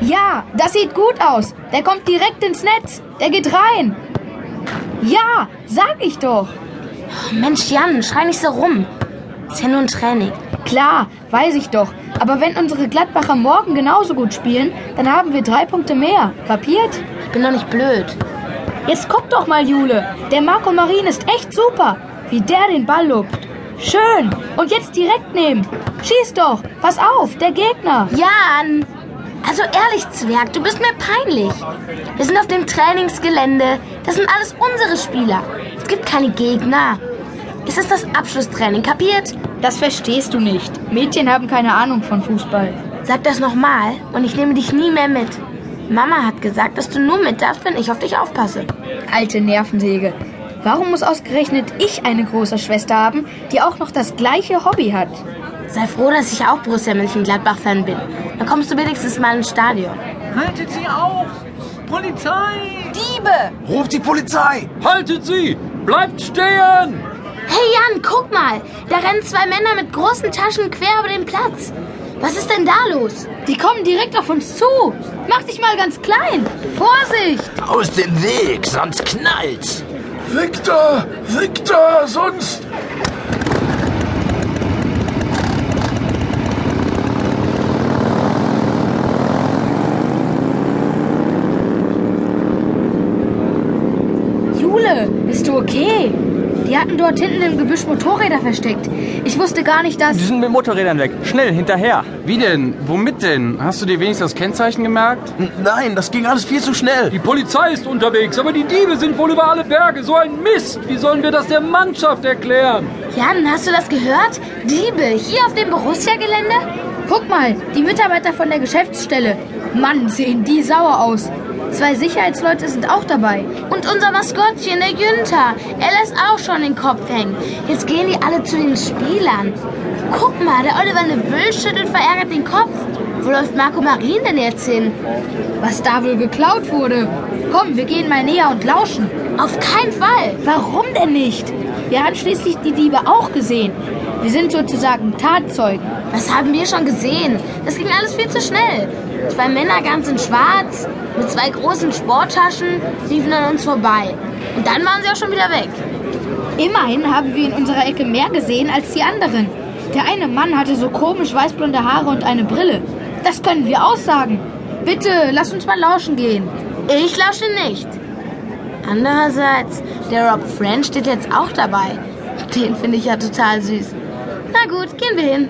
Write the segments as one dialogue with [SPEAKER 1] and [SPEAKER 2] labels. [SPEAKER 1] Ja, das sieht gut aus. Der kommt direkt ins Netz. Der geht rein. Ja, sag ich doch.
[SPEAKER 2] Mensch, Jan, schrei nicht so rum. Ist ja nur ein Training.
[SPEAKER 1] Klar, weiß ich doch. Aber wenn unsere Gladbacher morgen genauso gut spielen, dann haben wir drei Punkte mehr. Kapiert?
[SPEAKER 2] Ich bin doch nicht blöd.
[SPEAKER 1] Jetzt guck doch mal, Jule. Der Marco Marin ist echt super. Wie der den Ball lupft. Schön. Und jetzt direkt nehmen. Schieß doch. Pass auf, der Gegner.
[SPEAKER 2] Jan! Also ehrlich, Zwerg, du bist mir peinlich. Wir sind auf dem Trainingsgelände. Das sind alles unsere Spieler. Es gibt keine Gegner. Es ist das Abschlusstraining, kapiert?
[SPEAKER 1] Das verstehst du nicht. Mädchen haben keine Ahnung von Fußball.
[SPEAKER 2] Sag das nochmal und ich nehme dich nie mehr mit. Mama hat gesagt, dass du nur mit darfst, wenn ich auf dich aufpasse.
[SPEAKER 1] Alte Nervensäge. Warum muss ausgerechnet ich eine große Schwester haben, die auch noch das gleiche Hobby hat?
[SPEAKER 2] Sei froh, dass ich auch Borussia Mönchengladbach-Fan bin. Dann kommst du wenigstens mal ins Stadion.
[SPEAKER 3] Haltet sie auf! Polizei!
[SPEAKER 4] Diebe!
[SPEAKER 5] Ruft die Polizei!
[SPEAKER 6] Haltet sie! Bleibt stehen!
[SPEAKER 2] Hey Jan, guck mal! Da rennen zwei Männer mit großen Taschen quer über den Platz. Was ist denn da los?
[SPEAKER 1] Die kommen direkt auf uns zu. Mach dich mal ganz klein. Vorsicht!
[SPEAKER 7] Aus dem Weg, sonst knallt's.
[SPEAKER 5] Victor! Victor! Sonst.
[SPEAKER 1] Jule, bist du okay? Die hatten dort hinten im Gebüsch Motorräder versteckt. Ich wusste gar nicht, dass...
[SPEAKER 8] Die sind mit Motorrädern weg. Schnell, hinterher.
[SPEAKER 6] Wie denn? Womit denn? Hast du dir wenigstens das Kennzeichen gemerkt?
[SPEAKER 5] N- Nein, das ging alles viel zu schnell.
[SPEAKER 6] Die Polizei ist unterwegs, aber die Diebe sind wohl über alle Berge. So ein Mist! Wie sollen wir das der Mannschaft erklären?
[SPEAKER 2] Jan, hast du das gehört? Diebe, hier auf dem Borussia-Gelände?
[SPEAKER 1] Guck mal, die Mitarbeiter von der Geschäftsstelle. Mann, sehen die sauer aus. Zwei Sicherheitsleute sind auch dabei.
[SPEAKER 2] Und unser Maskottchen, der Günther. Er lässt auch schon den Kopf hängen. Jetzt gehen die alle zu den Spielern. Guck mal, der Oliver Neville schüttelt verärgert den Kopf. Wo läuft Marco Marin denn jetzt hin?
[SPEAKER 1] Was da wohl geklaut wurde. Komm, wir gehen mal näher und lauschen.
[SPEAKER 2] Auf keinen Fall.
[SPEAKER 1] Warum denn nicht? Wir haben schließlich die Diebe auch gesehen. Wir sind sozusagen Tatzeugen.
[SPEAKER 2] Was haben wir schon gesehen? Das ging alles viel zu schnell. Zwei Männer ganz in schwarz, mit zwei großen Sporttaschen, liefen an uns vorbei. Und dann waren sie auch schon wieder weg.
[SPEAKER 1] Immerhin haben wir in unserer Ecke mehr gesehen als die anderen. Der eine Mann hatte so komisch weißblonde Haare und eine Brille. Das können wir aussagen. Bitte, lass uns mal lauschen gehen.
[SPEAKER 2] Ich lausche nicht. Andererseits, der Rob French steht jetzt auch dabei. Den finde ich ja total süß. Na gut, gehen wir hin.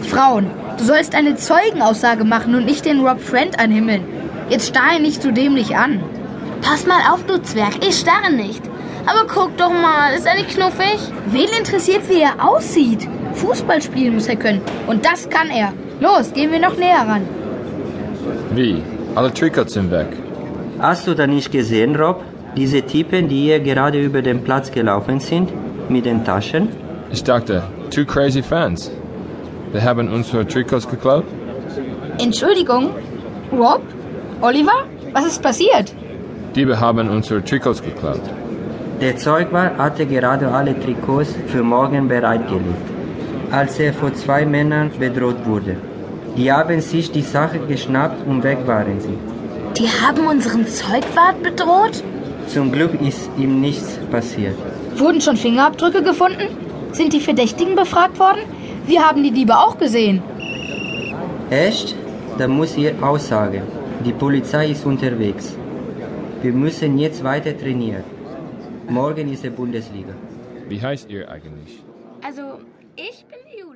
[SPEAKER 1] Frauen, du sollst eine Zeugenaussage machen und nicht den Rob Friend anhimmeln. Jetzt starr ihn nicht so dämlich an.
[SPEAKER 2] Pass mal auf, du Zwerg, ich starre nicht. Aber guck doch mal, ist er nicht knuffig?
[SPEAKER 1] Wen interessiert, wie er aussieht? Fußball spielen muss er können. Und das kann er. Los, gehen wir noch näher ran.
[SPEAKER 9] Wie? Alle Trickers sind weg.
[SPEAKER 10] Hast du da nicht gesehen, Rob? Diese Typen, die hier gerade über den Platz gelaufen sind, mit den Taschen?
[SPEAKER 9] Ich dachte, two crazy fans. Die haben unsere Trikots geklaut?
[SPEAKER 1] Entschuldigung, Rob? Oliver? Was ist passiert?
[SPEAKER 9] Diebe haben unsere Trikots geklaut.
[SPEAKER 10] Der Zeugwart hatte gerade alle Trikots für morgen bereitgelegt, als er von zwei Männern bedroht wurde. Die haben sich die Sache geschnappt und weg waren sie.
[SPEAKER 2] Die haben unseren Zeugwart bedroht?
[SPEAKER 10] Zum Glück ist ihm nichts passiert.
[SPEAKER 1] Wurden schon Fingerabdrücke gefunden? Sind die Verdächtigen befragt worden? Wir haben die Diebe auch gesehen.
[SPEAKER 10] Echt? Da muss ihr Aussage. Die Polizei ist unterwegs. Wir müssen jetzt weiter trainieren. Morgen ist die Bundesliga.
[SPEAKER 9] Wie heißt ihr eigentlich?
[SPEAKER 2] Also, ich bin die Jule.